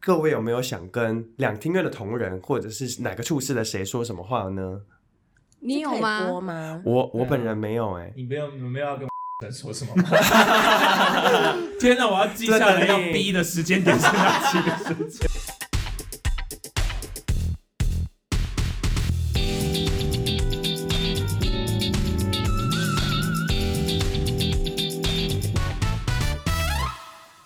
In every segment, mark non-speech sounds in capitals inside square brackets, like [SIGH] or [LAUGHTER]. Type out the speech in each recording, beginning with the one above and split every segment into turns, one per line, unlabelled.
各位有没有想跟两厅院的同仁，或者是哪个处室的谁说什么话呢？
你有
这可以
吗？
播吗？
我我本人没有哎、
你没有你们没有要跟说什么吗？
[LAUGHS]
天哪，我要记下来要逼的时间点是哪几个时间？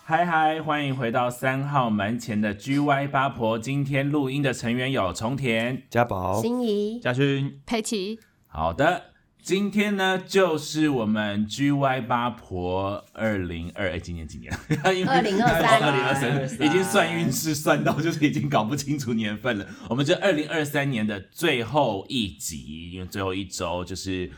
嗨嗨，欢迎回到三号门前的 GY 八婆。今天录音的成员有重田、
家宝，
心仪，
嘉勋、
佩奇，
好的，今天呢就是我们 GY 八婆二零二哎，今年 [LAUGHS] 几年？二零
2023
二零二三，已经算运势算到就是已经搞不清楚年份了。我们这二零二三年的最后一集，因为最后一周就是。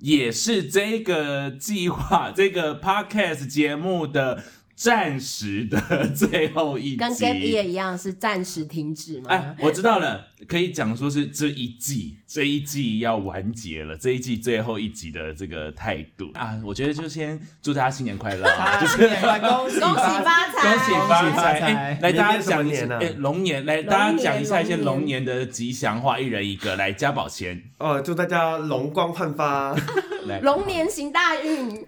也是这个计划、这个 podcast 节目的暂时的最后一集，
跟 Gap Year 一样是暂时停止吗
哎？，我知道了，可以讲说是这一季，这一季要完结了，这一季最后一集的这个态度啊，我觉得就先祝大家新年快乐啊， [LAUGHS] 就是恭
恭喜
恭喜发财！
喜发财！
恭喜发
哎
财
来大
明
家
年什么
讲一
年啊
哎，龙年，来
龙
大家
年
讲一下一些
龙
龙
年
年的吉祥话，一人一个。来，家宝先，
哦，祝大家容光焕发， [LAUGHS]
来，
龙年行大运，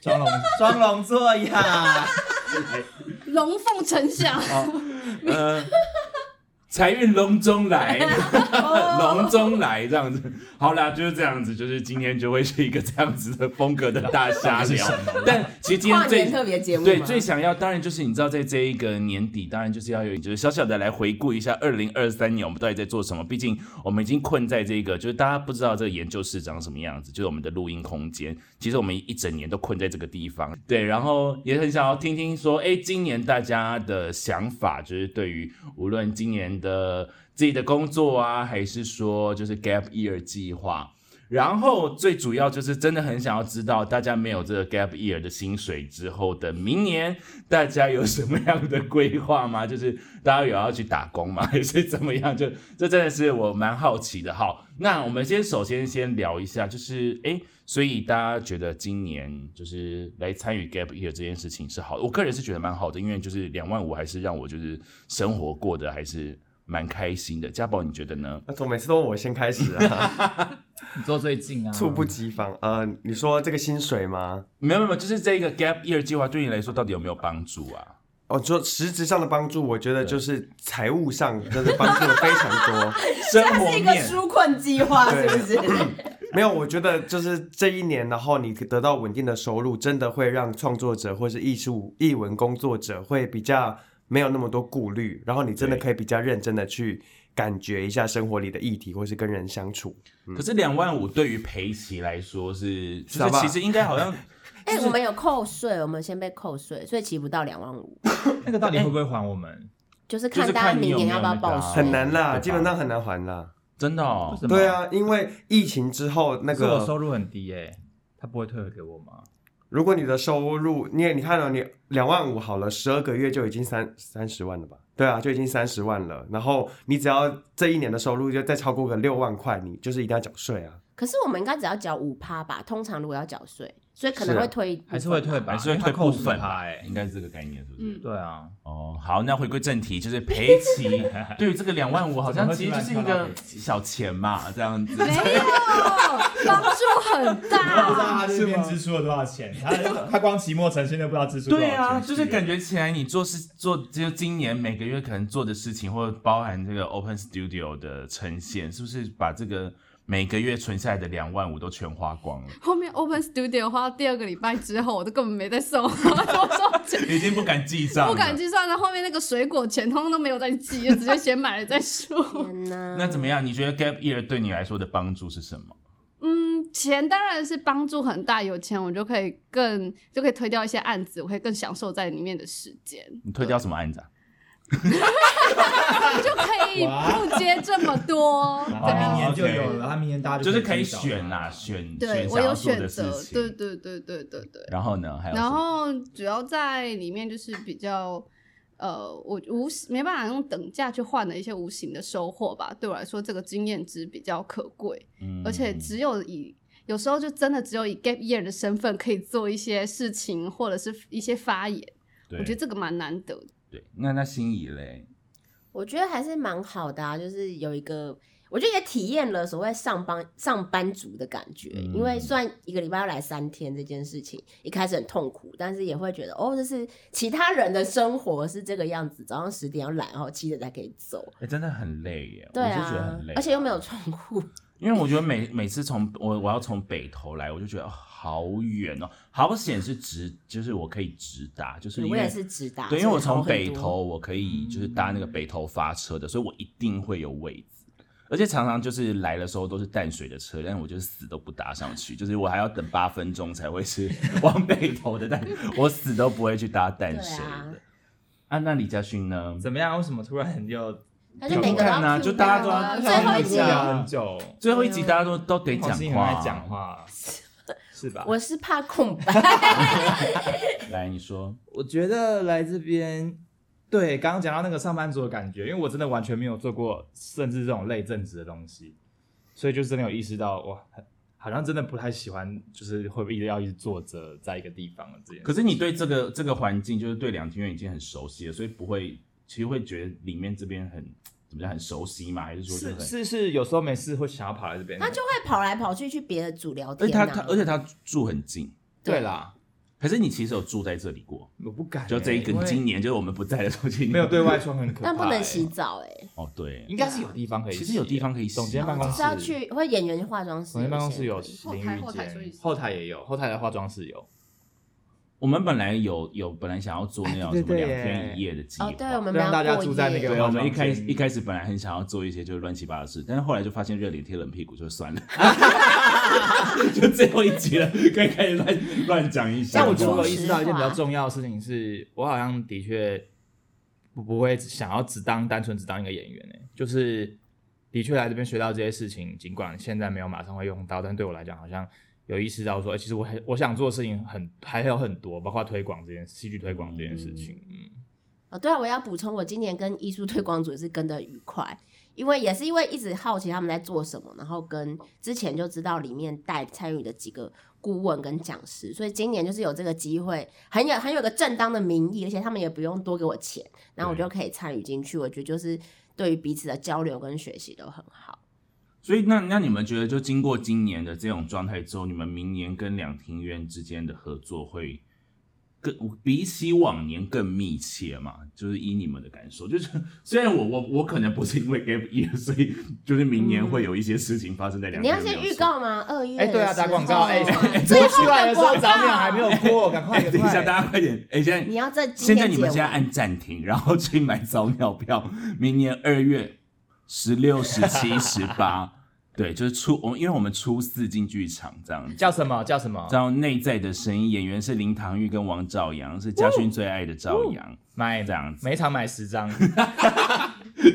装聋装聋作哑，
龙凤呈祥，
哦呃，财运隆中
[LAUGHS]
来， [LAUGHS] 隆中来这样子。好啦，就是这样子，就是今天就会是一个这样子的风格的大瞎聊。但其实今
跨
天
年
最
特别节目吗
对，最想要当然就是你知道，在这一个年底，当然就是要有就是小小的来回顾一下二零二三年我们到底在做什么。毕竟我们已经困在这个，就是大家不知道这个研究室长什么样子，就是我们的录音空间。其实我们一整年都困在这个地方，对。然后也很想要听听说，哎，今年大家的想法，就是对于无论今年的自己的工作啊，还是说就是 gap year 计划。然后最主要就是真的很想要知道，大家没有这个 gap year 的薪水之后的明年，大家有什么样的规划吗？就是大家有要去打工吗？还 [LAUGHS] 是怎么样？就这真的是我蛮好奇的。好，那我们先首先先聊一下，就是诶，所以大家觉得今年就是来参与 gap year 这件事情是好的，我个人是觉得蛮好的，因为就是两万五还是让我就是生活过得还是蛮开心的。家宝，你觉得呢？
那怎么每次都我先开始啊？
[LAUGHS] 你坐最近啊，
猝不及防。呃，你说这个薪水吗？
没有没有，就是这个 gap year 计划对你来说到底有没有帮助啊？
哦，说实质上的帮助，我觉得就是财务上真的帮助了非常多。
生
它
活
是一个
面嗯
纾困计划，是不是？ [LAUGHS]
没有，我觉得就是这一年，然后你得到稳定的收入，真的会让创作者或是艺术艺文工作者会比较没有那么多顾虑，然后你真的
对
可以比较认真的去感觉一下生活里的议题，或是跟人相处。
可是两万五对于裴奇来说是，就
好
是
吧
其实应该好像
哎，我们有扣税，我们先被扣税，所以其实不到两万五，
那个到底会不会还我们？
就是
就
看
是
大家
看你
明
有没
年
有
要不要报
那个啊
税。
很难
对
啦，
吧
基本上很难还啦。
真的
[LAUGHS]
哦
为，什么
对，啊，因为疫情之后那
可是我
个，
收入很低耶，他不会退回给我吗？
如果你的收入，你也你看到、哦你两万五好了，十二个月就已经三三十万了吧？对啊，就已经三十万了。然后你只要这一年的收入就再超过个六万块，你就是一定要缴税啊。
可是我们应该只要缴五趴吧？通常如果要缴税，所以可
是
能
啊
会推一部分吧，
还是会退吧？
还是会
因
退
为他扣
部分
10%
吧，
哎
应。该是这个概念是不是？
嗯
对啊，
哦，好，那回归正题，就是裴
[LAUGHS]
奇对于这个两万五好像其实就是
怎
一
么会突然跳
个
到裴
小钱嘛，这样子。
没有，帮助很大。
他
这边支
出了多少钱， [LAUGHS] 他他光期末呈现都不知道支出
对啊，就是感觉起来你做事做就今年每个月可能做的事情，或者包含这个 Open Studio 的呈现，是不是把这个每个月存下来的两万五都全花光了？
后面 Open Studio 花到第二个礼拜之后，我都根本没在
[LAUGHS]
送，我收钱。
已经不敢记账，
不敢。计算了，后面那个水果钱通通都没有在记，就直接先买了再
[LAUGHS]
说。
天哪！
那怎么样？你觉得 gap year 对你来说的帮助是什么？
嗯，钱当然是帮助很大，有钱我就可以更就可以推掉一些案子，我可以更享受在里面的时间，
你推掉什么案子啊？
就可以不接这么
[LAUGHS]
多。
他明年就有
哦
了，他明年大嗯家就
就是可
可
以
以自己找啊
选啦、
他
选
对
选
我
想
有
要做
选
的事
择，
情。
对对对对对对。
然后呢？还有什么
然后主要在里面就是比较，呃，我无没办法用等价去换的一些无形的收获吧。对我来说，这个经验值比较可贵，
嗯
而且只有以有时候就真的只有以 gap year 的身份可以做一些事情或者是一些发言，
对
我觉得这个蛮难得的。
对，那那心仪嘞，
我觉得还是蛮好的啊，就是有一个，我觉得也体验了所谓上班上班族的感觉，因为
嗯
虽然一个礼拜要来三天这件事情，一开始很痛苦，但是也会觉得哦，这是其他人的生活是这个样子，早上十点要来，然后七点才可以走，
哎真的很累耶，
对
我是觉得
啊
很累，，
而且又没有窗户，
因为我觉得每每次从我我要从北投来，我就觉得哦好远哦，好险是直，就是我可以直达，就是因
我
为
也是直达，
对，因
所以
为
好
我从
很
北
多嗯
投，我可以就是搭那个北投发车的，所以我一定会有位子。而且常常就是来的时候都是淡水的车，但是我就是死都不搭上去，就是我还要等八分钟才会是 [LAUGHS] 往北投的淡，我死都不会去搭淡
对
水的。
啊
啊那李嘉勋呢？
怎么样？为什么突然又
但是每个人
看啊
要 cue
就大家
到
都要
啊
看
最后一集
啊
聊很久，
最后一集大家都都得讲
啊黄心很
话、
爱讲。
[LAUGHS]
啊话，是吧？
我是怕空白， [LAUGHS]
来，你说，
我觉得来这边，对，刚刚讲到那个上班族的感觉，因为我真的完全没有做过，甚至这种类正职的东西，所以就真的有意识到，哇，好像真的不太喜欢，就是会不会一直要一直坐着在一个地方的这件事。
可是你对这个这个环境，就是对两厅院已经很熟悉了，所以不会，其实会觉得里面这边很怎么讲，很熟悉嘛？还是说就是很
是是，有时候没事会想要跑来这边。
他就会跑来跑去去别的组聊
而
天、
且
啊
他他而且他住很近，
对啦，
可是你其实有住在这里过，
我不敢欸、
就这一个
因为
今年就是我们不在的时候，今年
没有对外窗 [LAUGHS] 很可怕、
但不能洗
欸，
澡哎、
哦，对，啊
应该是有地方可以洗欸。
其实有地方可以洗
总监办公
哦就
室
是要去或演员化妆室，
总监办公室有
些人
后台
淋浴
后台所以
间
是，
后台也有，后台的化妆室有。
我们本来有有本来想要做那种
哎对
什么
对
两
耶
天一夜的计划，
哦，对，我们
让大家
不要
住在
过
那
夜
个
对我们一开
化妆
始
间
一开始本来很想要做一些就是乱七八糟的事，但是后来就发现热脸贴冷屁股，就算了， [LAUGHS] 就最后一集了，可以开始乱乱讲一些
但
话。
我觉得
说
我意识到一件比较重要的事情是，我好像的确不不会想要只当单纯只当一个演员呢、就是的确来这边学到这些事情，尽管现在没有马上会用到，但对我来讲好像有意识到说，欸其实我很我想做的事情很还有很多，包括推广这件戏剧推广这件事情，嗯，
哦，对啊，我要补充，我今年跟艺术推广组也是跟的愉快，因为也是因为一直好奇他们在做什么，然后跟之前就知道里面带参与的几个顾问跟讲师，所以今年就是有这个机会，很有很有个正当的名义，而且他们也不用多给我钱，然后我
对
就可以参与进去。我觉得就是对于彼此的交流跟学习都很好。
所以那那你们觉得，就经过今年的这种状态之后，你们明年跟两庭院之间的合作会更比起往年更密切嘛？就是以你们的感受，就是 [LAUGHS] 虽然我我我可能不是因为 gap year，所以就是明年会有一些事情发生在两
你
庭
要
院
先预
上。
告吗？二月
哎、对啊，
的
打
时
广告，
候
哎、
哦最
我
后
出来
的
的时候
广
早点还没有
告，
过，赶快，
哎、
赶
[LAUGHS] 等一
[LAUGHS]
下，
快，
大家快点！哎、现
你
在
要在今
现在
年
你们
结
现在
尾
按暂停，然后去买早鸟票，明年二月十六、十七、十
[LAUGHS]
八，对，就是初我们因为我们初四进剧场这样子。
叫什么叫什么？
叫内在的声音，演员是林唐玉跟王兆阳，是嘉勋最爱的兆阳，
买
这样子 [LAUGHS]
每场买十张，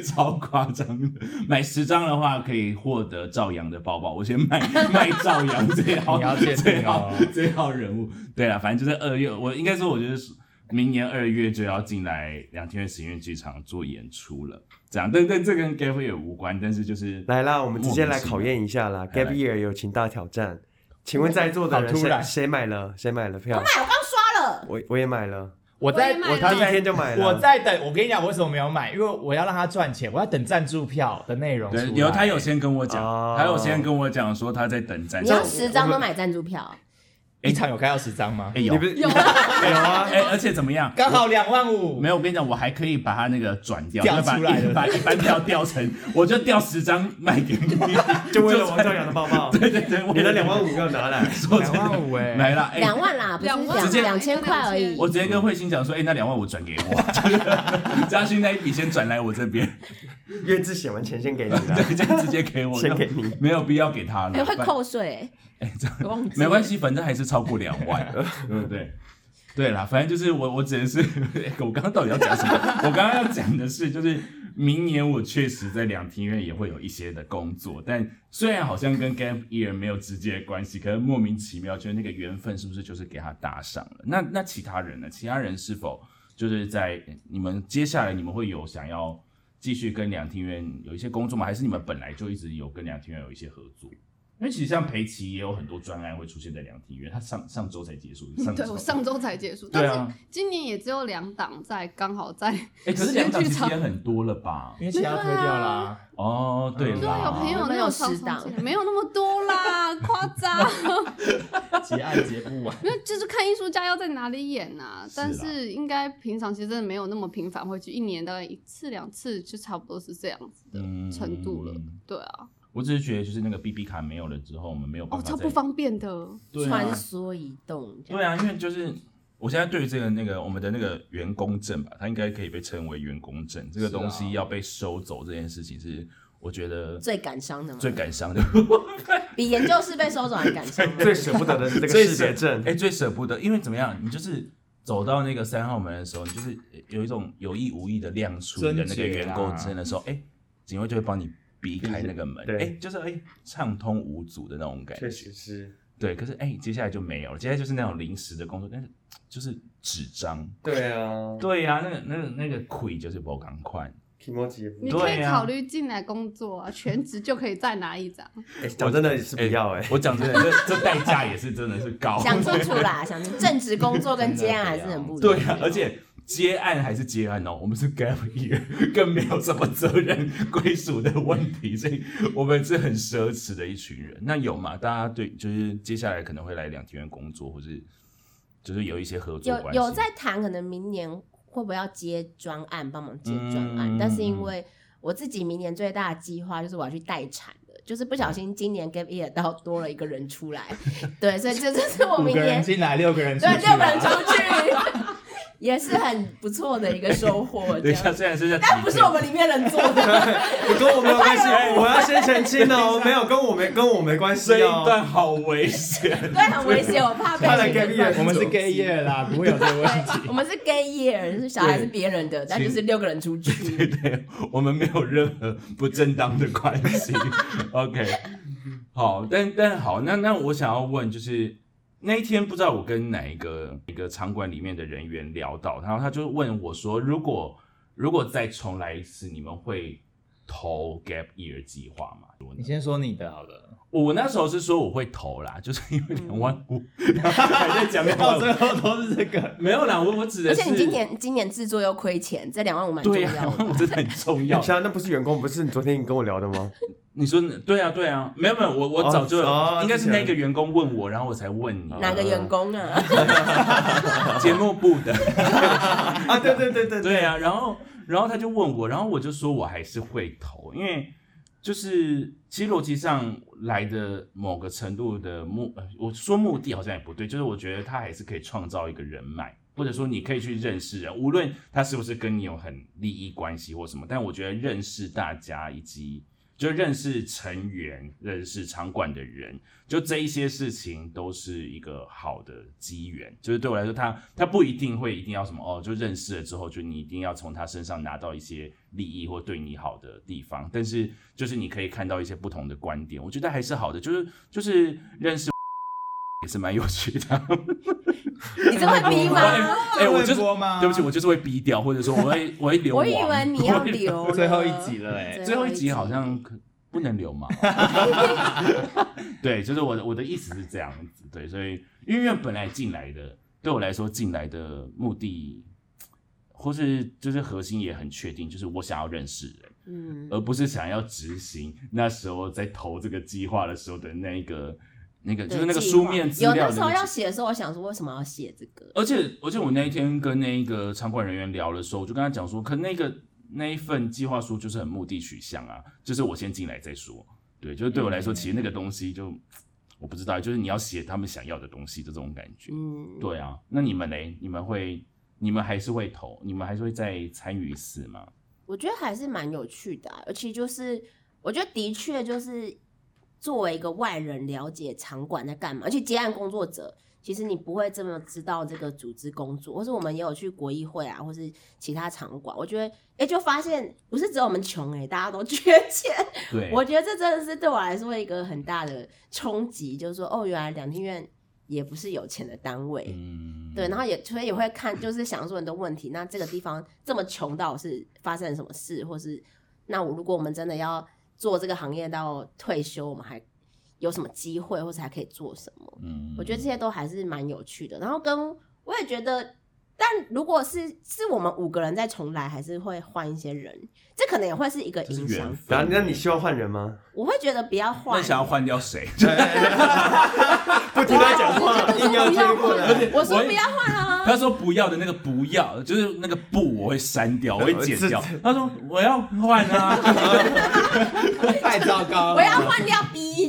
超夸张的。买十张的话可以获得兆阳的包包，我先卖卖兆阳最
[LAUGHS]
好
你要确定哦
最好最好人物。对了，反正就是二月，我应该说，我觉得是明年二月就要进来两天的实验剧场做演出了，这样。但但这跟 Gap 也无关，但是就是
来啦，我们直接来考验一下啦
其妙
，Gap Year 友情大挑战。请问在座的人
好突
谁
然
谁买了？谁买了票？
我刚刷了，
我我也买了，
我在
我也买
我
了
他
第一
在
天就买了。
我在等，我跟你讲，我为什么没有买？因为我要让他赚钱，我要等赞助票的内容出来。
对，有他有先跟我讲，
哦
他有先跟我讲说他在等站，
你要十张都买赞助票。
一场有开到十张吗？
哎、
你
有
不是
有
[LAUGHS]
有啊？
哎、而且怎么样？
刚好两万五，
没有，我跟你讲，我还可以把它那个转掉，
调
就把
出来
一
了
把一般票调成，我就调十张卖给你，
就为了王兆阳的抱抱，
对对对，我
你的两万五要拿来。
说
两
真
万
的
五哎，
没了，哎、
两万啦，不是
两万
两
直接
两千块而已。
我直接跟慧心讲说，哎、那两万五转给我，嘉勋那一笔先转来我这边，
月字写完钱先给你啦，
[LAUGHS] 对，这样直接给我，
先给你。
没有必要给他了，
哎，会
反
扣税，
哎、这样
我忘记。
没关。系，反正还是超过两万，对不对？对啦，反正就是我，我只能是， [LAUGHS] 我刚刚到底要讲什么？我刚刚要讲的是，就是明年我确实在两厅院也会有一些的工作，但虽然好像跟 Gap Year 没有直接的关系，可是莫名其妙，就是那个缘分是不是就是给他搭上了？那那其他人呢？其他人是否就是在你们接下来你们会有想要继续跟两厅院有一些工作吗？还是你们本来就一直有跟两厅院有一些合作？因为其实像裴奇也有很多专案会出现在两体院，他上上周才结束，上
对，我上周才结束，
对
但
啊
是今年也只有两档在，刚好在，
哎、可是两档其实也很多了吧？
因为其他推掉啦、
哦，对
嗯
就
啦，
啊有朋友
我们
那
有
种常
十档
常进来没有那么多
[LAUGHS]
啦，夸张。
啊
结案结不完。
没有，就是看艺术家要在哪里演呐、
是
但
啦
是啊应该平常其实真的没有那么频繁会去，一年大概一次两次就差不多是这样子的
嗯
程度了。对啊，
我只是觉得就是那个 B B 卡没有了之后，我们没有办
哦，
法
超
再
不方便的。
对啊
穿梭移动这样。
对啊，因为就是我现在对于这个那个我们的那个员工证吧，它应该可以被称为员工证，这个
是啊
东西要被收走这件事情是我觉得
最感伤的嘛，
最
[LAUGHS]
感伤的，
比研究室被收走还感
[LAUGHS]
伤。
最舍不得的是这个
最
识
舍
别证
哎、，最舍不得，因为怎么样，你就是。走到那个三号门的时候，你就是有一种有意无意的亮出你的那
贞
个
洁
员工
啦
证的时候，
嗯
哎、警卫就会帮你避开那个门，哎、
对
就是哎、畅通无阻的那种感觉。
确实是。
对，可是哎、接下来就没有了，接下来就是那种临时的工作，但是就是纸张。
对啊，
对呀、那个那个那个亏就是不赶快。
提莫吉也不
你可以
对啊
考虑进来工作 [LAUGHS] 啊，全职就可以再拿一 [LAUGHS] 张。
哎讲真的是不要哎，
我讲真的，这这代价也是真的是高。
想清楚啦，想清楚正职工作跟接案还是很不一样。
[LAUGHS] 对啊，而且接案还是接案哦，我们是 gap year，更 [LAUGHS] 没有什么责任归属的问题，所以我们是很奢侈的一群人。那有嘛？大家对就是接下来可能会来两天院工作，或是就是有一些合作
有
关系。
有在谈，可能明年会不会要接专案，帮忙接专案？
嗯
但是因为我自己明年最大的计划就是我要去待产的，就是不小心今年 gap year 到多了一个人出来，对，所以这就是我
五
明
个人
年
进来，六个人出去
[LAUGHS] 对
啊，
六个人出去， [LAUGHS] 也是很不错的一个收
[LAUGHS]
获。这
等一下，
样，
虽然是在
但不是我们里面人做的，
[LAUGHS]
你跟我
[LAUGHS]
没有关系，我要先澄清哦，没有跟我没跟我没关系
这一
哦。
段好危险。
对，很危险，我怕
他来
被
gap year
我们是 gay
业。
year 啦，不会有这个问题。 [LAUGHS]
我们是 gay year，就是小孩是别人的，但就是六个人出
对
去。
对，我们没有任何不正当的关系。OK，好，但但好，那那我想要问，就是那一天不知道我跟哪一个一个场馆里面的人员聊到，然后他就问我说，如果如果再重来一次，你们会投 Gap Year 计划吗？
你先说你的好了，
我那时候是说我会投啦，就是因为
嗯
两万五， [LAUGHS] 还在讲
[LAUGHS]
两万
到
五
最，后都是这个。
没有啦，我我指的
而
是，哦
且你今年今年制作又亏钱，这两万五蛮重
对呀、
要
两 [LAUGHS]
的。哦
万五真的很重要
等一。下，那不是员工，不是你昨天跟我聊的吗？
你说哪对啊，对啊，没有没有，我我
哦
早就、
哦
应该是
之前哦
那个员工问我，然后我才问你
哪个员工啊？ [LAUGHS]
节目部的，
[LAUGHS] 啊，对对对对
对啊，然后然后他就问我，然后我就说我还是会投，因为就是其实逻辑上来的某个程度的目，呃我说目的好像也不对，就是我觉得他还是可以创造一个人脉，或者说你可以去认识人，无论他是不是跟你有很利益关系或什么，但我觉得认识大家以及。就认识成员、认识场馆的人，就这一些事情都是一个好的机缘。就是对我来说，他他不一定会一定要什么哦，就认识了之后，就你一定要从他身上拿到一些利益或对你好的地方。但是就是你可以看到一些不同的观点，我觉得还是好的。就是就是认识也是蛮有趣 [LAUGHS] 的。
你这会逼吗？
哎、我就是
会播吗
对不起，我就是会逼掉，或者说我会 [LAUGHS] 我会留
[LAUGHS]
网。
我以为你要留
[LAUGHS]
了
最后一集了
[LAUGHS]
哎
最后一集好像可不能留嘛。对，就是我的我的意思是这样子，对，所以因为本来进来的对我来说进来的目的，或是就是核心也很确定，就是我想要认识人，
嗯，
而不是想要执行那时候在投这个计划的时候的那一个那个就是那个
对
书面资
计划有
料
那
的
时候
那个呃
要写的时候，我想说为什么要写这个？
而且而且我那一天跟那个场馆人员聊的时候，我就跟他讲说，可那个那一份计划书就是很目的取向啊，就是我先进来再说。对，就是对我来说，
嗯
其实那个东西就我不知道，就是你要写他们想要的东西的这种感觉。
嗯，
对啊，那你们嘞？你们会，你们还是会投，你们还是会再参与一次吗？
我觉得还是蛮有趣的啊、而且就是我觉得的确就是作为一个外人了解场馆在干嘛，而且接案工作者，其实你不会这么知道这个组织工作，或是我们也有去国议会啊，或是其他场馆，我觉得哎、诶就发现不是只有我们穷哎、大家都缺钱，
对，
我觉得这真的是对我来说一个很大的冲击，就是说哦，原来两厅院也不是有钱的单位，
嗯
对，然后也所以也会看，就是想说你的问题，那这个地方这么穷，到底是发生了什么事，或是那我如果我们真的要做这个行业到退休，我们还有什么机会，或者还可以做什么。
嗯，
我觉得这些都还是蛮有趣的。然后跟我也觉得，但如果是是我们五个人再重来，还是会换一些人，这可能也会是一个
这是
影
缘
响。
然
分
后。那你希望换人吗？
我会觉得不要
那
换，
想要换掉谁？ [LAUGHS]
不听他讲话，硬要接过来。
我说不要换啊，
他说不要的那个不要，就是那个不，我会删掉，我会剪掉
这。
他说我要换啊， [LAUGHS]
太糟糕了。
我要换掉 B。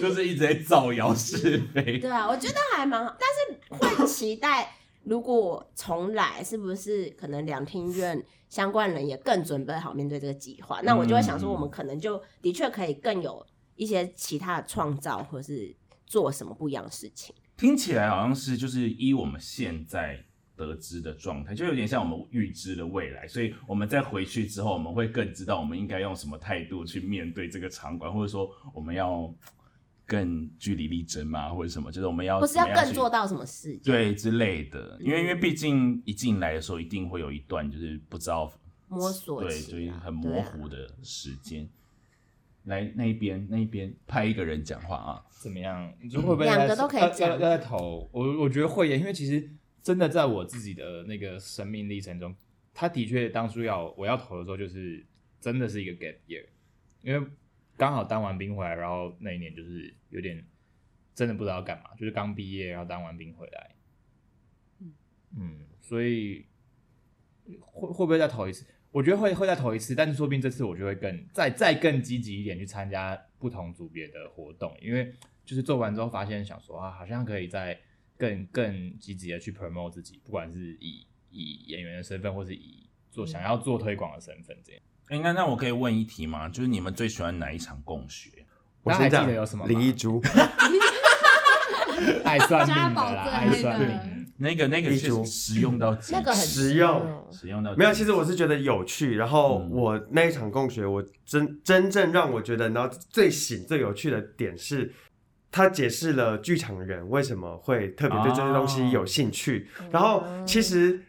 就是一直在造谣是非。
对啊，我觉得还蛮好，但是会期待如果重来，是不是可能两厅院相关人也更准备好面对这个计划？那我就会想
嗯
说，我们可能就的确可以更有一些其他的创造，或是做什么不一样的事情。
听起来好像是就是依我们现在得知的状态，就有点像我们预知的未来，所以我们再回去之后，我们会更知道我们应该用什么态度去面对这个场馆，或者说我们要更据理力争嘛，或者什么，就是我们要
或是要
怎么样去
更做到什么事情？
对之类的，因为因为毕竟一进来的时候一定会有一段就是不知道
摸索
对，
期
就是
啊
很
对
模
啊
糊的时间。来那一边那一边派一个人讲话啊，
怎么样？你就会不会
两
在
个都可以
要
讲
要要在投？我我觉得会耶，因为其实真的在我自己的那个生命历程中，他的确当初要我要投的时候，就是真的是一个 gap year，因为刚好当完兵回来，然后那一年就是有点真的不知道要干嘛，就是刚毕业，然后当完兵回来，嗯，所以会会不会再投一次？我觉得会会再投一次，但是说不定这次我就会更再再更积极一点去参加不同组别的活动，因为就是做完之后发现想说啊，好像可以再更更积极的去 promote 自己，不管是以以演员的身份，或是以做想要做推广的身份这样。
哎、那那我可以问一题吗？就是你们最喜欢哪一场共学？
我
大家
先
还记
讲
得有什么吗
林一珠，
爱算命
家
的
宝
啦，
最
爱
爱
算
的
命，
那个那个
立
确实
足
实用到极
那个很
致
实用
实用到
[LAUGHS] 没有，
极
其实我是觉得有趣。然后
嗯
我那一场共学，我真真正让我觉得，然后最醒最有趣的点是，他解释了剧场人为什么会特别对这些东西有兴趣。然后其实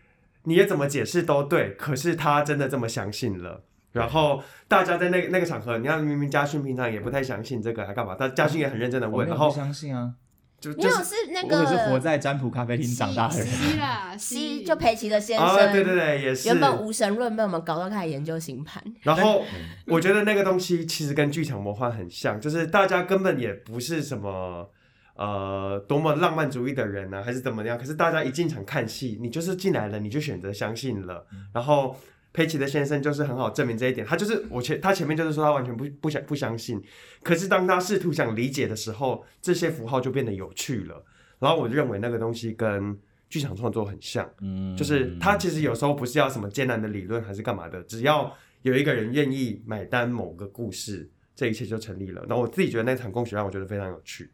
你也怎么解释都对，可是他真的这么相信了。然后大家在那那个场合，你看明明嘉勋平常也不太相信这个，啊还干嘛？但嘉勋也很认真的
我
问，
没
然
有不
后
相信啊，
就
没
就
有
是
是那
我可是活
个
在占卜咖啡厅长大的人。
西啦，
西
西
就裴奇的先
啊，
生，
对对对，也是
原本无神论被我们搞到开始研究星盘，
然后我觉得那个东西其实跟剧场魔幻很像，就是大家根本也不是什么呃多么浪漫主义的人啊呢、还是怎么样。可是大家一进场看戏，你就是进来了，你就选择相信了。然后佩奇的先生就是很好证明这一点，他就是我前他前面就是说他完全不不想不相信，可是当他试图想理解的时候，这些符号就变得有趣了。然后我认为那个东西跟剧场创作很像。
嗯
就是他其实有时候不是要什么艰难的理论还是干嘛的，只要有一个人愿意买单某个故事，这一切就成立了。然后我自己觉得那场共学让我觉得非常有趣。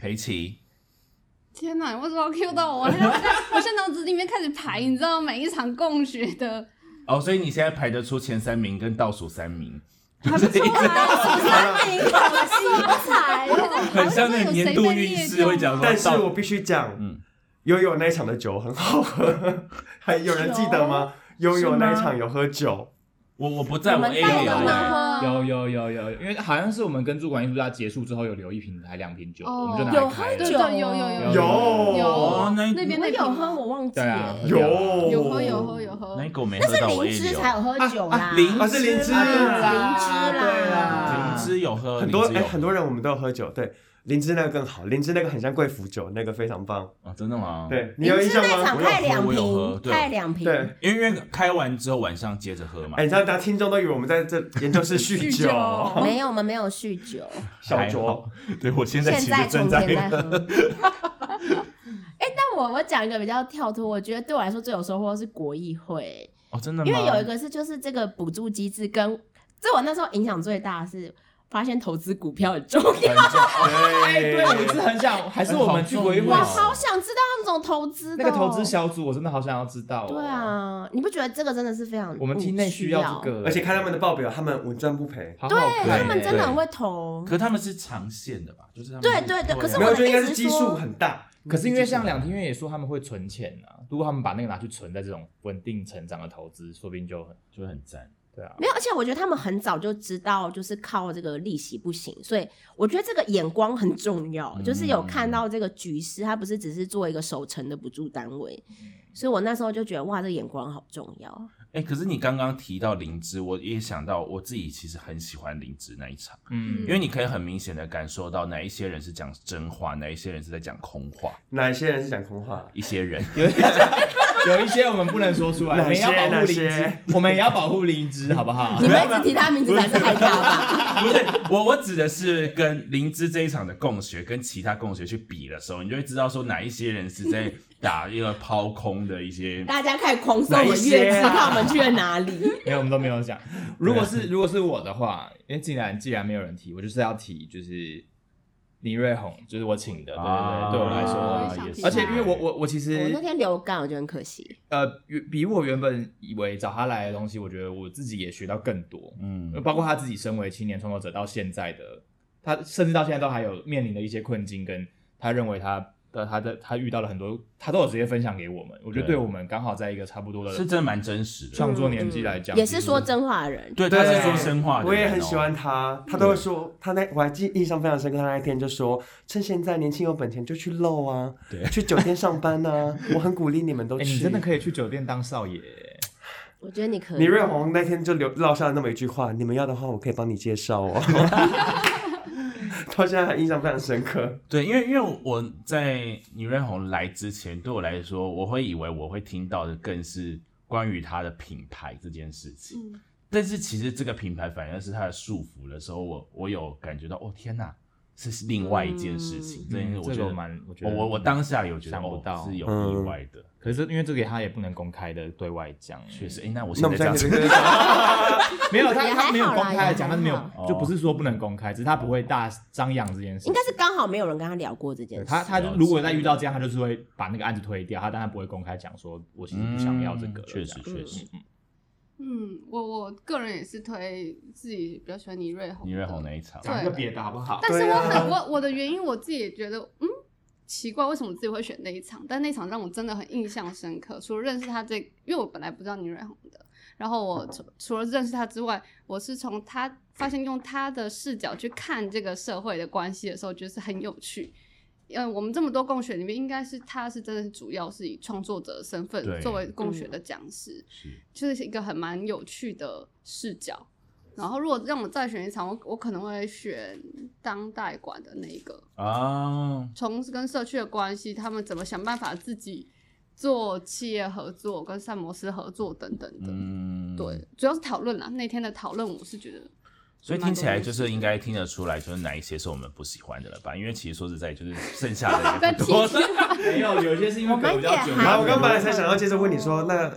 裴奇，
天哪，你为什么要 Q [LAUGHS] 到我？我现在我现在脑子里面开始排，你知道每一场共学的
哦，所以你现在排得出前三名跟倒数三名，
还不错啊。
我彩哦！
很像那个年度运势会讲说
但是
倒
我必须讲，
嗯
悠悠那一场的酒很好喝，还有人记得吗？悠悠那一场有喝酒，
我我不在我
们
A
带
流
有
的
哎
吗
吗？
有有有有，因为好像是我们跟主管艺术家结束之后有留一瓶还两瓶酒，
哦
我们就拿
有
来
喝
开了。
对
酒
对，有有有
有
哦
有
那
那边
我
那
有
瓶
喝，我忘记
对啊
了，，
有
有喝有喝有喝
那，个我没
那
喝
是
到我 A
灵芝
流，
才有喝酒啦，
灵
啊是灵芝
啊
灵芝啦
对啊啦，
灵芝有喝，
很多
灵
哎、
芝有喝
很多人我们都有喝酒，对。灵芝那个更好，灵芝那个很像贵腐酒，那个非常棒。
哦，真的吗？，
对你
你
有印
是
象
那
吗
场？开两
我有喝我有喝
瓶，
对
开两瓶，
对，
因为因为开完之后晚上接着喝嘛
哎、，你知道，大家听众都以为我们在这研究室酗
酗
酒
[LAUGHS]
酒，
没有，我们没有酗酒，
小
还
酌
好。对我现在
现
其
在
实正
从前在喝
喝，。
哎、但我我讲一个比较跳脱，我觉得对我来说最有收获的是国议会，
哦，真的吗？
因为有一个是就是这个补助机制跟，这我那时候影响最大的是发现投资股票很重要。
哎，对，我一直很想，还是我们去规
我
我
划
好哦想知道他们怎么投资的
哦那
哦、
个投资小组，我真的好想要知道、哦。
对，啊，你不觉得这个真的是非常
我们
嗯
厅内需
需
要这个，
而且看他们的报表，他们稳赚不赔。
好好
对
看
他们
耶
真的很会投
可，是他们是长线的吧？就是他们
对
是
对对可是
啊
没有，
我的
就应该是
意思
基
是说
数很大。
可是因为像两厅院也说他们会存钱啊，如果他们把那个拿去存在这种稳定成长的投资，说不定就很
就很赞。
对啊，
没有，而且我觉得他们很早就知道，就是靠这个利息不行，所以我觉得这个眼光很重
嗯
要，就是有看到这个局势，他不是只是做一个守城的补助单位，
嗯
所以我那时候就觉得哇，这个眼光好重要。
哎、可是你刚刚提到灵芝，我也想到我自己其实很喜欢灵芝那一场，
嗯
因为你可以很明显的感受到哪一些人是讲真话，哪一些人是在讲空话， [LAUGHS]
哪些人是讲空话？
一些人
有
[LAUGHS]
一些有一些我们不能说出来，我
哪
们也
些
要保护灵
哪
芝，我们也要保护灵芝，好
[LAUGHS]
不好
你？们一直提他名字才是害怕吧？
不是我，我指的是跟灵芝这一场的共学跟其他共学去比的时候，你就会知道说哪一些人是在打一个抛空的一些
大家开始狂送我乐器，看我们去了哪里。
没有，我们都没有讲。如果
啊
是如果是我的话，因为既然既然没有人提，我就是要提，就是李瑞红，就是我请的，对对对，对我
啊
来
哦
说。
也是
而且因为我我我其
我那
实
天流感，我觉得很可惜。
呃，比我原本以为找他来的东西，我觉得我自己也学到更多。
嗯
呃包括他自己身为青年创作者到现在的，他甚至到现在都还有面临的一些困境，跟他认为他的他的他遇到了很多，他都有直接分享给我们。我觉得对
对
我们刚好在一个差不多
是
的
真的蛮真实的，
创作年纪来讲，
嗯也是
就是
说真话的人，
对，
对
他是说真话的人哦、嗯
我也很喜欢他，他都会说，他那我还记印象非常深刻，他那一天就说，趁现在年轻有本钱就去露啊，
对
去酒店上班啊，我很鼓励你们都
哎、
去。
你真的可以去酒店当少爷，
我觉得你可以。
李瑞红那天就留落下了那么一句话：“你们要的话，我可以帮你介绍哦。” [LAUGHS] 到现在还印象非常深刻。
对，因为因为我在倪瑞红来之前，对我来说，我会以为我会听到的更是关于他的品牌这件事情。
嗯
但是其实这个品牌反而是他的束缚的时候，我我有感觉到，哦天哪，这是另外一件事情。这件事
嗯
我
这
觉
个
得
蛮我觉
我
得
我我当下有觉得
想不到
哦、是有
嗯
意外的，
可是因为这个他也不能公开的对外讲，
确实。哎、那我
那
现
我
在
们
这样
现
子，
在就
没有
也
他
还好啦
他没有公开的
也还好
讲，他是没有
哦
就不是说不能公开，只是他不会大张扬这件事
应
情。
该是刚好没有人跟他聊过这件
对
事。
他，他
了
就
解
如果再遇到这样，他就是会把那个案子推掉，他当然不会公开讲说，我其实不想要这个了。
嗯确实
这样
确实，
嗯，我我个人也是推自己比较喜欢倪瑞红，
倪瑞红那一场，
讲一个别的好不好？
但是
对
我
啊
很我 [LAUGHS] 我的原因我自己也觉得，嗯，奇怪，为什么自己会选那一场？但那场让我真的很印象深刻。除了认识他这，因为我本来不知道倪瑞红的，然后我除除了认识他之外，我是从他发现用他的视角去看这个社会的关系的时候，觉得是很有趣。嗯，我们这么多共学里面，应该是他是真的是主要是以创作者的身份
对
作为呃共学的讲师，
嗯是
就是一个很蛮有趣的视角。然后如果让我再选一场，我我可能会选当代馆的那一个，
啊，
从跟社区的关系，他们怎么想办法自己做企业合作、跟膳魔师合作等等的。
嗯，
对，主要是讨论啦。那天的讨论，我是觉得
[LAUGHS] 所以听起来就是应该听得出来，就是哪一些是我们不喜欢的了吧？因为其实说实在，就是剩
[LAUGHS]
下的也不多
没有，有一些是因为隔比较久
我们
然
也。还
后我刚本来才想要接着问你说，那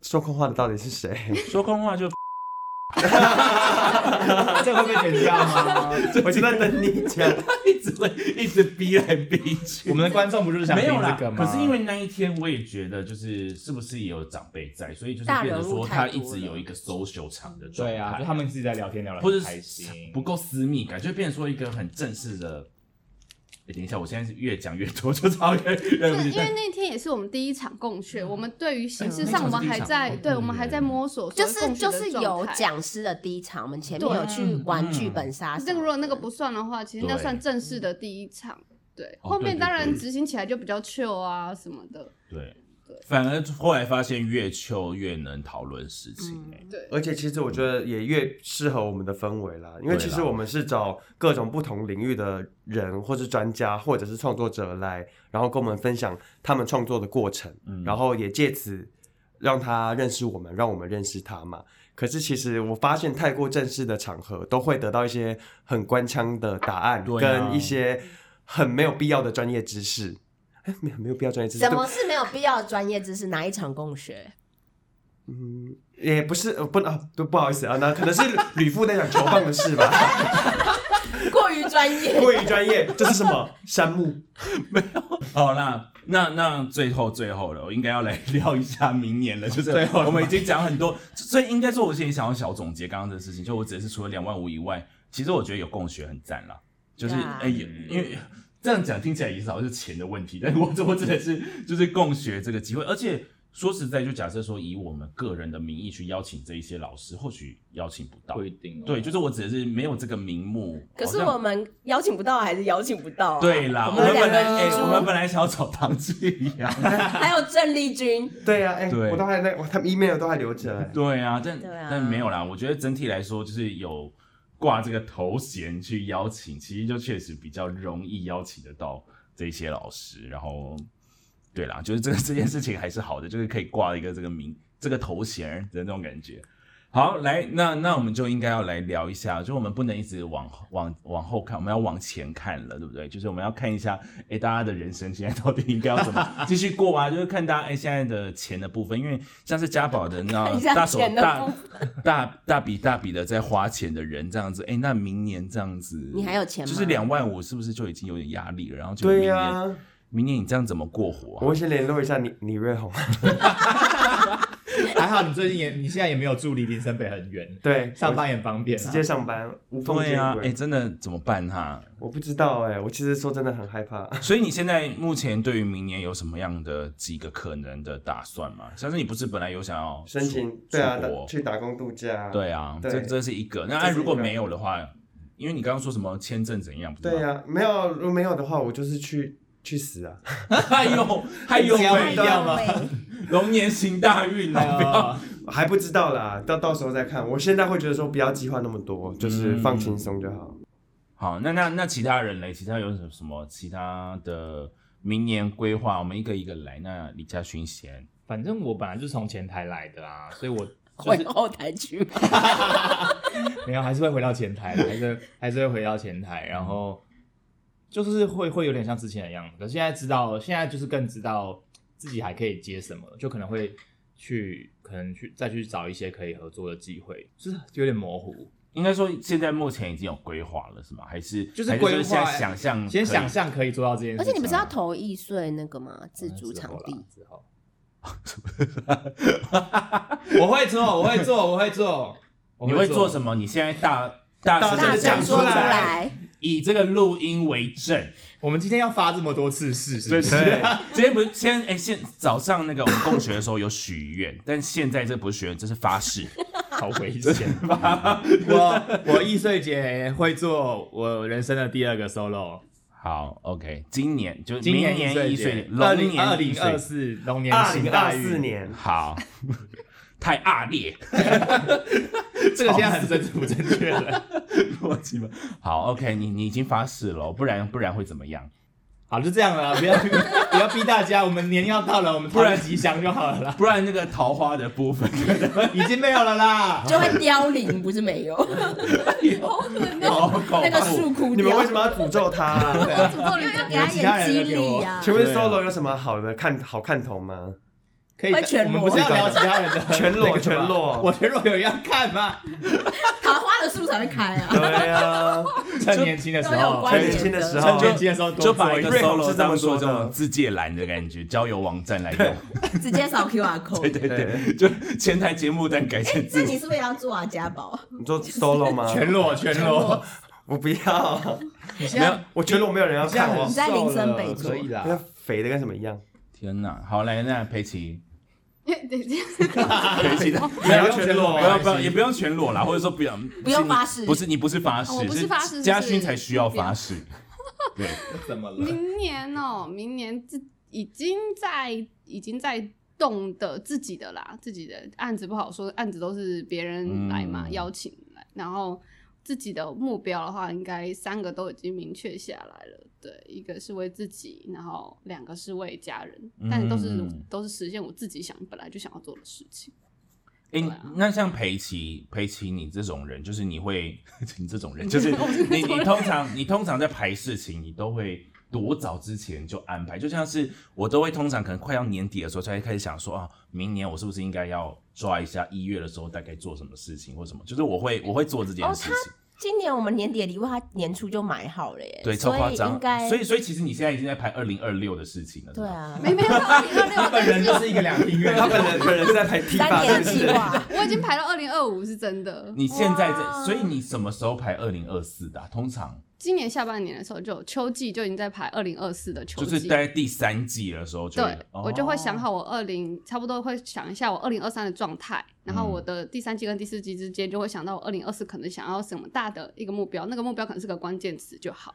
说空话的到底是谁？
[LAUGHS] 说
[LAUGHS]
空话就
这会被剪掉
[LAUGHS]
吗？
我就在等你讲。
[LAUGHS] 一直会一直逼来逼去
我。们的观众不 [LAUGHS] 就是想
没
听
有啦
这个，吗？
可是因为那一天我也觉得，就是是不是也有长辈在，所以就是变得说他一直有一个 social 场的状态，
对啊，就他们自己在聊天聊得
或者
很
是
开心，
不够私密感，就变成说一个很正式的。诶等一下，我现在是越讲越多，就超越越
这
不
个，
行
因为那天也是我们第一场共学，我们对于形式
嗯
上，我
那
们
场是第一
还
场
在，
嗯
对我们还在摸索说
就
共学的
是就
状态，
是有讲师的第一场，我们前面
对
有去玩
嗯
剧本杀手。
这个如果那个不算的话，其实那
对
算正式的第一场。对，
哦
后
对
面
对
当然
对
执行起来就比较 chill 啊什么的。 [LAUGHS]
对
对，
反而后来发现越秋越能讨论事情、
嗯
欸，
对，
[LAUGHS] 而且其实我觉得也越适合我们的氛围啦，因为
对啦
其实我们是找各种不同领域的人，或是专家，或者是创作者来，然后跟我们分享他们创作的过程，
嗯
然后也借此让他认识我们，让我们认识他嘛。可是其实我发现，太过正式的场合都会得到一些很官腔的答案，
对啊
跟一些很没有必要的专业知识。哎，没有没有必要专业知识，
什
对
么是没有必要的专业知识？哪一场共学？
嗯，也不是，呃不啊，不不好意思啊，那可能是吕布在讲球棒的事 [LAUGHS] 吧。
过于
[LAUGHS]
专业。
过于专业，这是什么？山木。
好啦，那那最后最后了，我应该要来聊一下明年了，就是我们已经讲很多，所以应该说，我现在想要小总结刚刚的事情，就我只是除了两万五以外，其实我觉得有共学很赞啦，就是哎
Yeah、
也因为。这样讲听起来也是好像是钱的问题，但是我我指的是就是共学这个机会，而且说实在，就假设说以我们个人的名义去邀请这一些老师，或许邀请不到
不。一定、哦。
对，就是我只是没有这个名目。
可是
好像
我们邀请不到，还是邀请不到、啊。
对啦，
我
我
们
们
两
本来
个
哎、
猪
我们本来想要找唐啊季阳。
还有郑丽君，
对呀、啊，哎、
对
我都还那我他们 email 都还留着、哎
对啊，但
对啊
但没有啦。我觉得整体来说，就是有挂这个头衔去邀请，其实就确实比较容易邀请得到这些老师。然后，对啦，就是这个这件事情还是好的，就是可以挂一个这个名这个头衔的那种感觉。好，来，那那我们就应该要来聊一下，就我们不能一直往往往后看，我们要往前看了，对不对？就是我们要看一下，哎，大家的人生现在到底应该要
[LAUGHS]
怎么继续过啊？就是看大家哎现在的钱的部分，因为像是家宝的那
看一下
大手
钱的
大
部
大大笔大笔的在花钱的人这样子，哎，那明年这样子，
你还有钱吗
就是
[LAUGHS]
两万五是不是就已经有点压力了？然后就明
对啊
年，
呀、
明年你这样怎么过活、
我
啊？
会先联络一下李李瑞红。
还好你最近也，你现在也没有住离林森北很远，
[LAUGHS] [LAUGHS] 对，
上班也方便、啊。
我直接上班，无缝
对
接
啊，哎、
轨。
真的怎么办哈、
我不知道哎、我其实说真的很害
[LAUGHS]
怕。
所以你现在目前对于明年有什么样的几个可能的打算吗？像是你不是本来有想要
申请
出
对啊，
出
打
国
去打工度假。
对啊，
对
这这是一个。那啊
这是一个
如果没有的话，因为你刚刚说什么签证怎样，不是吗
对啊呀、没有如果没有的话，我就是去去死啊！ [LAUGHS]
哎呦，哎呦
这样
喂
不一，样吗？
龙年行大运啊！
哎
不要
还不知道啦，到到时候再看。我现在会觉得说不要计划那么多，就是
嗯
放轻松就好。
好，那那那其他人嘞？其他有什什么其他的明年规划？我们一个一个来。那李嘉勋先，
反正我本来就是从前台来的啊，所以我就
回
是
后台去吧。
没有，还是会回到前台的，还是还是会回到前台，然后就是会会有点像之前的样子，可是现在知道，现在就是更知道自己还可以接什么，就可能会去，可能去再去找一些可以合作的机会，就是有点模糊，
应该说现在目前已经有规划了，是吗？还是
就是
还
规划
现
欸
在想象，
先想，象可以做到这件事
而
情
且
啊。嗯
你不是要投易税那个吗？自主场地。
之后啦，之后 [LAUGHS] 我会做，我会做，我会做，我
你会做
么？
什么？你现在大大
大
声
大
地
声
声
讲
说
说
出
出
来
来，
以这个录音为证。
我们今天要发这么多次誓，是
[LAUGHS]
不是？
对，
今天不是先哎，现早上那个我们共学的时候有许愿， [LAUGHS] 但现在这不是许愿，这是发誓。
好危险！ [LAUGHS] 我我易碎节会做我人生的第二个 solo，
好，OK，今年就是
今
明
年
年
易
一
碎
岁，
节，
龙年
二
易
零
碎
二四龙年
二
行
零
大
二
运
四，年，
好， [LAUGHS] 太恶劣，
这个现在很政治不正确了。
逻辑吗？好，OK，你你已经发誓了哦，不然不然会怎么样？
[LAUGHS] 好，就这样了啦，不要 [LAUGHS] 不要逼大家，我们年要到了，我们突然吉祥就好了啦，
不然那个桃花的部
[LAUGHS]
分，
已经没有了啦。
就会凋零，不是没有。
[LAUGHS] 好恐
那个
怖。
树枯
你们
掉
为，什么要诅咒他、 [LAUGHS] 啊？
诅咒你
要
们
给
有
他
其他
演
人
激
在给我
励啊。
请问
对啊
solo 有什么好的看好看头吗？
可以
会全，
我
裸
们不是要聊其他人的
全裸
那个吗
全裸
[LAUGHS] 我全裸有人要看吗？
桃花的树才会开
[LAUGHS]
啊。
对
[LAUGHS]
啊，
趁年轻的时
都有
候，
关
趁
趁
年轻的时
趁
候，
年轻的时候多
就把
做
一
一
个
点
瑞红
solo
是这
当
么
做
说
这
的
种自介栏的感觉，交友网站来用。
直接扫 QR code。
[LAUGHS] 对对对，就前台节目单改成
那
自
哎
你是不是也要做啊，家宝？
你做 solo 吗？
全裸全裸，
[LAUGHS] 我不要，
你现
没有
在。
我全裸没有人要
这样
看我
你，在林森北做
可以啦
那，肥的跟什么一样？
天哪！好来，那佩奇，
对对，
[LAUGHS]
啊
佩奇的。
你要全裸
不
没
要啊
要
不要，也不用全裸啦，或者说不要不
用
是你
发誓
不是你不是发誓，
哦我不是发誓是
嘉勋才需要
[LAUGHS]
发誓。对，
怎么了？
明年哦，明年自已经在已经在动的自己的啦，自己的案子不好说，案子都是别人来嘛，
嗯
邀请来，然后自己的目标的话，应该三个都已经明确下来了。对，一个是为自己，然后两个是为家人，但都是、
嗯嗯嗯
都是实现我自己想本来就想要做的事情。
哎、
对啊
那像裴奇，裴奇，你这种人，就是你会， [LAUGHS] 你这种人，就是你你通常你通常在排事情，你都会多早之前就安排，就像是我都会通常可能快要年底的时候才会开始想说啊，明年我是不是应该要抓一下一月的时候大概做什么事情或什么，就是我会我会做这件
哦
事情
他。今年我们年底的礼物，他年初就买好了耶，
对，超
所
夸
以
张
应。该
所以，所以其实你现在已经在排二零二六的事情了。
对
是吧，
啊，
没没有二零二
他
六，
本人就是一个两厅院，
他本人本人是在排踢
三
吧，是
年
不
计
是？
划，
我已经排到二零二五是真的。
你现在
哇
在，所以你什么时候排二零二四的啊、通常
今年下半年的时候就有秋季就已经在排二零二四的秋
就
季，
是待第三季的时候就有，
对，我就会想
哦
好我二零，差不多会想一下我二零二三的状态，然后我的第三季跟第四季之间就会想到我二零二四可能想要什么大的一个目标，那个目标可能是个关键词就好，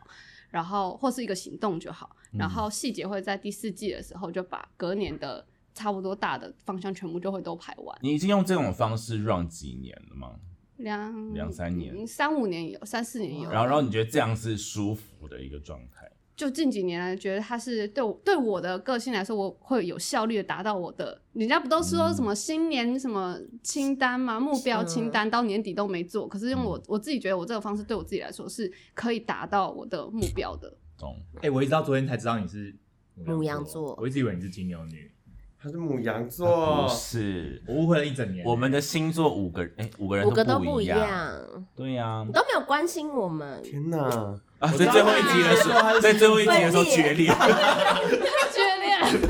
然后或是一个行动就好，然后细节会在第四季的时候就把隔年的差不多大的方向全部就会都排完，
你已经用这种方式 run 几年了吗？
两
两三年
嗯三五年有，三四年有，
然后，然后你觉得这样是舒服的一个状态？
就近几年来，觉得它是对我对我的个性来说，我会有效率的达到我的。人家不都说什么
嗯
新年什么清单吗？目
啊
标清单到年底都没做，可是用
嗯
我我自己觉得我这个方式对我自己来说是可以达到我的目标
[LAUGHS]
的。
懂？
哎、我一直到昨天才知道你是
母羊座
我一直以为你是金牛女，
他是母羊
不
座，
是，
我误会了一整年。
我们的星座五个，哎，五个人
五个都
不
不一
样。
样，
对呀、啊
你，都没有关心我们。
天哪！
所以最后一集的时候，在最后一集的时候
分裂
决裂，
决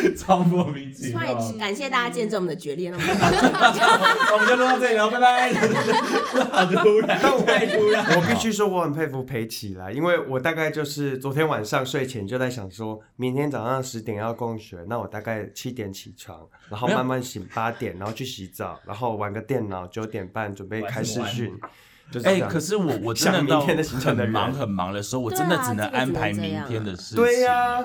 裂，
超莫名其
突
妙。
然感谢大家见证我们的决裂，那么
[LAUGHS] 我们就录到这里了，拜拜。
好突然，太突然。
[LAUGHS] 我必须说，我很佩服裴奇啦，因为我大概就是昨天晚上睡前就在想说，明天早上十点要供学，那我大概七点起床，然后
没有
慢慢醒八点，然后去洗澡，然后玩个电脑，九点半准备开视讯，就是
哎、
这样
可是我我真
想
的
明
到
天的行程的
很
人
忙很忙的时候，我
对
真的
啊
只能
这个
安
只能
排
这
明
样
天
啊
的事情。
对呀、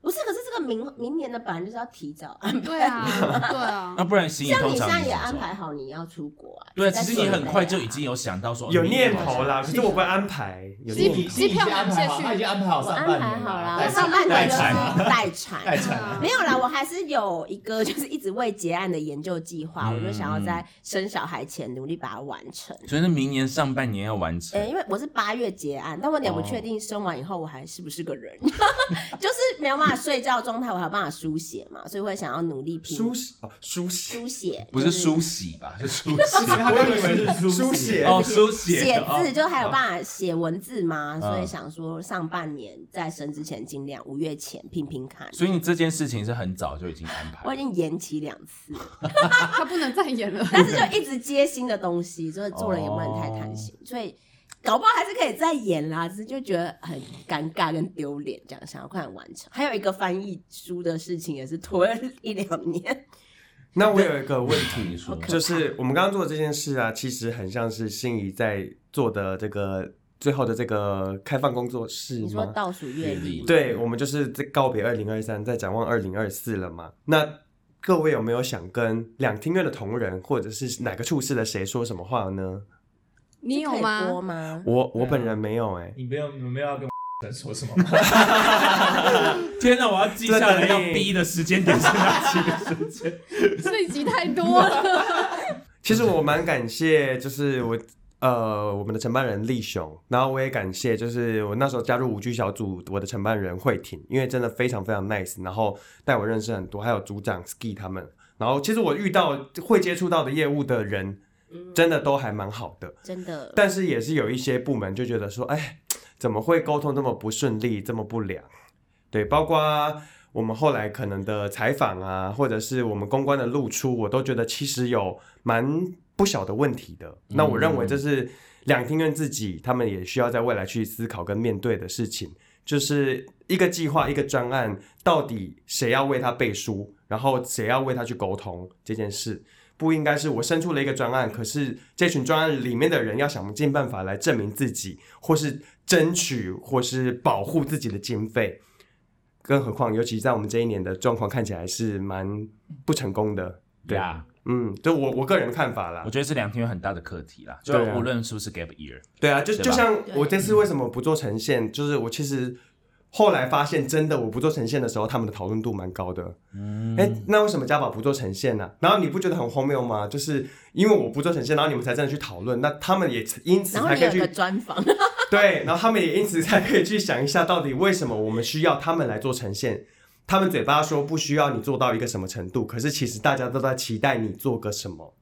不是，可是这个明明年的本来就是要提早安
[LAUGHS]
排。
对啊，对啊
那，不然行李
像
通
你现
常
在
是
也
什么时
安
候
排好你要出国啊？
对啊，
在
其实
准
你很
备
快
啊
就已经有想到说哦
有念头啦，可是我不会安排，有
机
念
皮
头。
机票
安
感
排
谢
好，他已
去
经安排好
我
上
安
半
排
年
好
了，
啦，
带
我
产
上半
带
年就是
产
待
带
产。
产。
没有啦，我还是有一个就是一直未结案的研究计划，
嗯
我就想要在生小孩前努力把它完成。
所以是明年上半年要完成。
呃，因为我是八月结案，但我也不
哦
确定生完以后我还是不是个
[LAUGHS]
人，就是没有办法睡觉状态，我还有办法书写嘛，所以会想要努力拼
书写哦，书写，
书写，
不
就是
梳洗吧，是梳
[LAUGHS]
洗。
我以为是
书写
[LAUGHS]
哦，书写
写
哦
字，就还有办法写文字嘛，所以
嗯
想说上半年在生之前尽量五月前拼拼看。
所以你这件事情是很早就已经安排了。
我已经延期两次，
他不能再演了。
但是就一直接新的东西，所以做人也不能太贪心，所以搞不好还是可以再演啦，只是就觉得很尴尬跟丢脸，这样想要快点完成。还有一个翻译书的事情也是拖了一两年，
那我有一个问题，
你说
好可怕
[LAUGHS] 就是我们刚刚做的这件事啊，其实很像是心仪在做的这个最后的这个开放工作室
你说
吗？
倒数月
阅历
历，
对，我们就是在告别二零二三，在展望二零二四了嘛。那各位有没有想跟两厅院的同仁，或者是哪个处室的谁说什么话呢？
你有
这可以
吗？
播吗？
我我本人没有哎、
你没有，你们没有要跟我说什么吗？
天哪，我要记下来要逼的时间点是哪几个时间？
这一集太多了， [LAUGHS]
其实我蛮感谢，就是我呃我们的承办人立雄，然后我也感谢就是我那时候加入舞剧小组我的承办人慧婷，因为真的非常非常 nice，然后带我认识很多，还有组长 Ski 他们，然后其实我遇到会接触到的业务的人，真的都还蛮好的，
真的，
但是也是有一些部门就觉得说，哎，怎么会沟通这么不顺利，这么不良？对，包括我们后来可能的采访啊，或者是我们公关的露出，我都觉得其实有蛮不小的问题的。那我认为这是两厅院自己他们也需要在未来去思考跟面对的事情，就是一个计划、一个专案，到底谁要为他背书，然后谁要为他去沟通这件事。不应该是我生出了一个专案，可是这群专案里面的人要想尽办法来证明自己，或是争取，或是保护自己的经费。更何况，尤其在我们这一年的状况看起来是蛮不成功的。对
啊，
嗯，就我我个人的看法啦
[LAUGHS] 我。觉得是两天有很大的课题啦，就
对啊
无论是不是 gap year，
对啊，就
对吧
就像我这次为什么不做呈现，就是我其实后来发现，真的我不做呈现的时候，他们的讨论度蛮高的。
嗯，
哎、那为什么家宝不做呈现呢、啊然后你不觉得很荒谬吗？就是因为我不做呈现，然后你们才真的去讨论，那他们也因此
然后
才
你
可以
有
去
个专访，
[LAUGHS] 对，然后他们也因此才可以去想一下，到底为什么我们需要他们来做呈现。他们嘴巴说不需要你做到一个什么程度，可是其实大家都在期待你做个什么。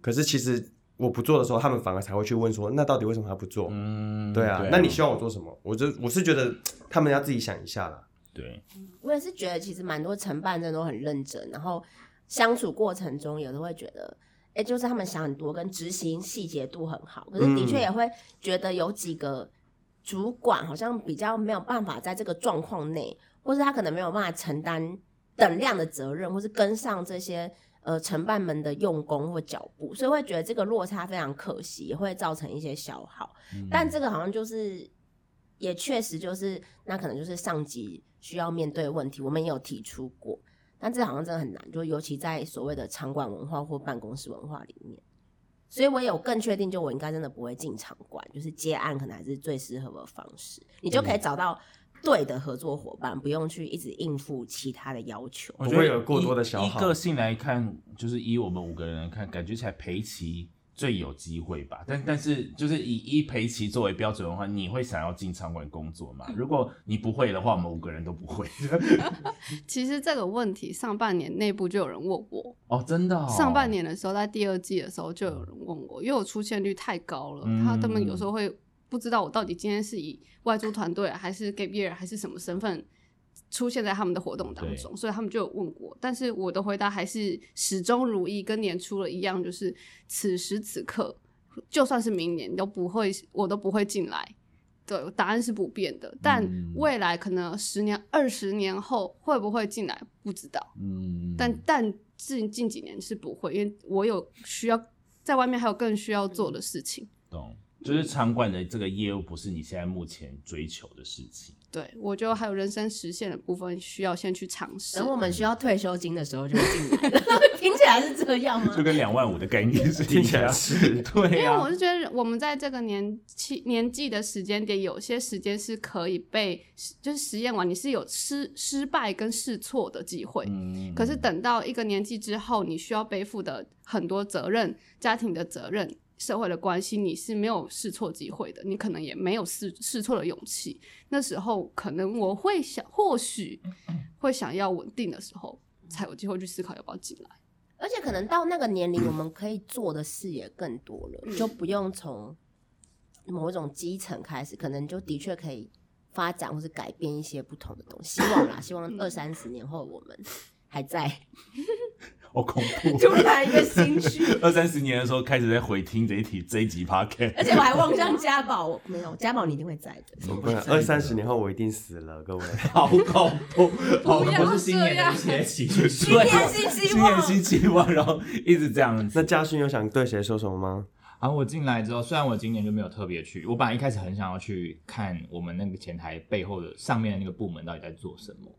可是其实我不做的时候，他们反而才会去问说，那到底为什么他不做？
嗯
对啊，那你希望我做什么？我就我是觉得他们要自己想一下啦。
对
我也是觉得，其实蛮多承办人都很认真，然后相处过程中，有的会觉得，哎、就是他们想很多，跟执行细节度很好，可是的确
嗯
也会觉得有几个主管好像比较没有办法在这个状况内，或是他可能没有办法承担等量的责任，或是跟上这些呃承办们的用功或脚步，所以会觉得这个落差非常可惜，也会造成一些消耗。
嗯
但这个好像就是，也确实就是，那可能就是上级需要面对的问题，我们也有提出过，但这好像真的很难，就尤其在所谓的场馆文化或办公室文化里面。所以我有更确定，就我应该真的不会进场馆，就是接案可能还是最适合的方式，你就可以找到对的合作伙伴，不用去一直应付其他的要求。
我觉得
不会有过多的消
以
耗
以个性来看，就是以我们五个人来看，感觉起来裴奇最有机会吧。但但是就是以以裴奇作为标准的话，你会想要进场馆工作吗？如果你不会的话，我们五个人都不会。
其实这个问题上半年内部就有人问我，
哦，真的、哦，
上半年的时候，在第二季的时候就有人问我，因为我出现率太高了，
嗯
他他们有时候会不知道我到底今天是以外租团队还是给别人还是什么身份出现在他们的活动当中，所以他们就有问过，但是我的回答还是始终如一，跟年初了一样，就是此时此刻，就算是明年都不会，我都不会进来。对，答案是不变的，但
嗯
未来可能十年、二十年后会不会进来，不知道。
嗯，
但但近近几年是不会，因为我有需要在外面还有更需要做的事情。
懂，就是场馆的这个业务不是你现在目前追求的事情。
对我就还有人生实现的部分需要先去尝试
等。我们需要退休金的时候就会进来了，听起来是这样吗
就？跟两万五的概念是
听
一
起来
样，
是
因
[LAUGHS] 对啊
为
呀、
我是觉得我们在这个年纪年纪的时间点，有些时间是可以被就是实验完，你是有失失败跟试错的机会。
嗯
可是等到一个年纪之后，你需要背负的很多责任、家庭的责任、社会的关系，你是没有试错机会的，你可能也没有试试错的勇气。那时候可能我会想，或许
嗯
会想要稳定的时候，才有机会去思考要不要进来。
而且可能到那个年龄，我们可以做的事也更多了，
嗯
就不用从某一种基层开始，可能就的确可以发展或是改变一些不同的东西。希望啦，希望
嗯
二三十年后我们还在。
好恐怖，
突然一个心虚。
[LAUGHS] 二三十年的时候开始在回听这一题这一集 podcast， [LAUGHS]
而且我还望向家宝，我没有家宝，你一定会在的。
我不然二三十年后我一定死了，各 [LAUGHS] 位。
好恐怖，好恐
不
怖
要
或是新年的一些喜剧
对
新年新希望
新年新希望，然后一直这样
那
子。
嘉勋有想对谁说什么吗？
然后我进来之后，虽然我今年就没有特别去，我本来一开始很想要去看我们那个前台背后的上面的那个部门到底在做什么，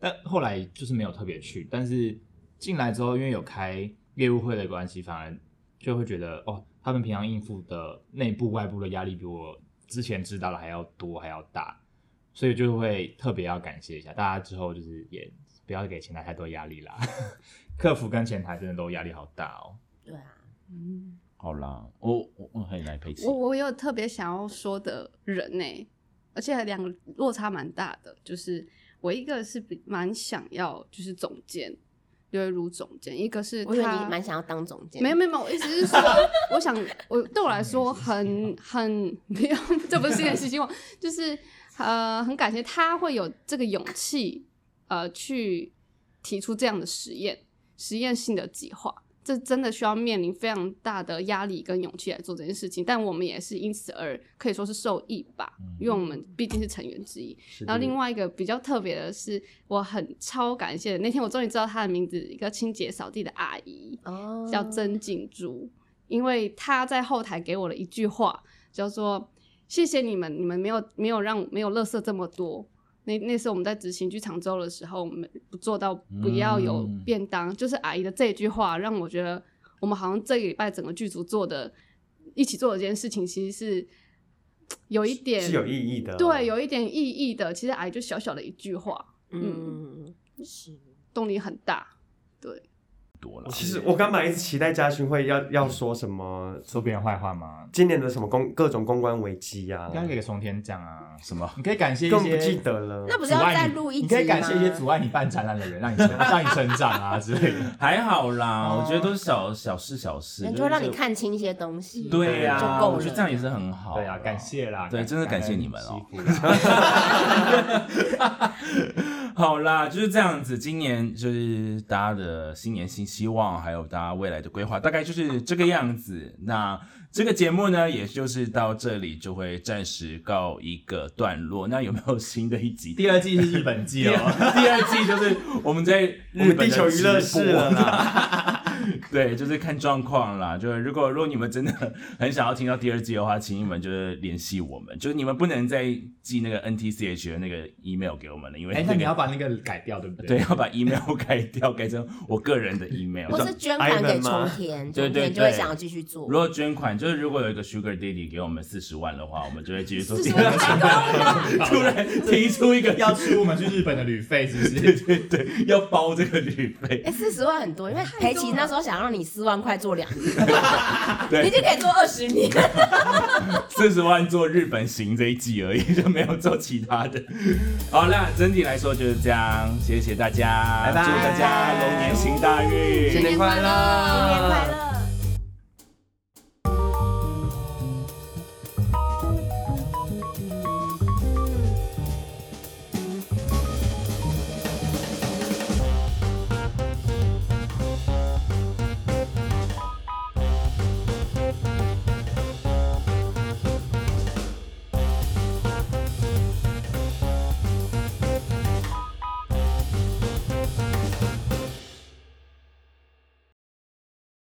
但后来就是没有特别去。但是进来之后，因为有开业务会的关系，反而就会觉得哦，他们平常应付的内部外部的压力比我之前知道的还要多还要大，所以就会特别要感谢一下大家。之后就是也不要给前台太多压力啦， [LAUGHS] 客服跟前台真的都压力好大哦。
对啊，
嗯，
好啦，我我我可以来陪
我我有特别想要说的人呢、而且两个落差蛮大的，就是我一个是比蛮想要就是总监，刘如总监，一个是
我以为
他
你蛮想要当总监，
没有没有没有，我意思是说，我想我对我来说很很没有，这不是新年新希望，就是呃很感谢他会有这个勇气，呃去提出这样的实验实验性的计划，这真的需要面临非常大的压力跟勇气来做这件事情，但我们也是因此而可以说是受益吧，因为我们毕竟是成员之一，然后另外一个比较特别的是，我很超感谢那天我终于知道她的名字，一个清洁扫地的阿姨，
哦，
叫
嗯
曾锦珠，因为她在后台给我了一句话，叫做“谢谢你们，你们没有没有让没有垃圾这么多”那。那时候我们在执行去常州的时候，我们不做到不要有
嗯
便当，就是阿姨的这一句话，让我觉得我们好像这个礼拜整个剧组做的，一起做的这件事情，其实是有一点
是有意义的，哦
对，有一点意义的。其实阿姨就小小的一句话，
嗯，是
动力很大。
多了
其实我刚本来一直期待嘉勋会要要说什么，
说别人坏话吗？
今年的什么公各种公关危机啊
你，刚刚给个从天降啊，
什么？
你可以感谢一
更不
些
记得了。
那不是
阻
要
碍
再
你
录一集
你可以感谢一些
吗
阻碍你办展览的人，让你成 [LAUGHS] 让你成长啊之类的。
还好啦，
哦
我觉得都是小小事小事，
能
是
就让你。看清一些东西，
对啊呀、
就够了。
我觉得这样也是很好。
对啊，感。谢啦，
对
感
真的感谢你们哦
感恩媳妇啦
[LAUGHS] 好啦，就是这样子。今年就是大家的新年新希望，还有大家未来的规划，大概就是这个样子。那这个节目呢，也就是到这里就会暂时告一个段落。那有没有新的一
[LAUGHS]
集？
第二季是日本季
第 [LAUGHS]
哦，
二第二季就是我们在
我
日
们
本
地球
的
娱乐
直播
室了
啦。对，就是看状况啦。就是如果如果你们真的很想要听到第二季的话，请你们就是联系我们。就是你们不能再寄那个 NTCH 的那个 email 给我们了，因为
哎，
那
那你
个
要把那个改掉，对不对？
对，
[LAUGHS]
要把 email [LAUGHS] 改掉，改成我个人的 email。
或是捐款给
Ivan 吗
冲田，
对
冲
对
田就会
对
想要继续做
如。果捐款，就是如果有一个 Sugar Daddy 给我们四十万的话，我们就会继续做
四
第
十
二
万
季。
太高了，
突然提出一个
要出我们去日本的旅费，是不
[LAUGHS] 对
是？
对对，要包这个旅
[LAUGHS]
费。
哎，四十万很多，因为裴奇那时候想让你四万块做两年，
对
你就可以做二十年。
四十万做日本行这一季而已，就没有做其他
[LAUGHS]
的。好啦，整体来说就是这样，谢谢大家，
拜拜
祝大家龙年行大运，
新年快乐，
新年快乐！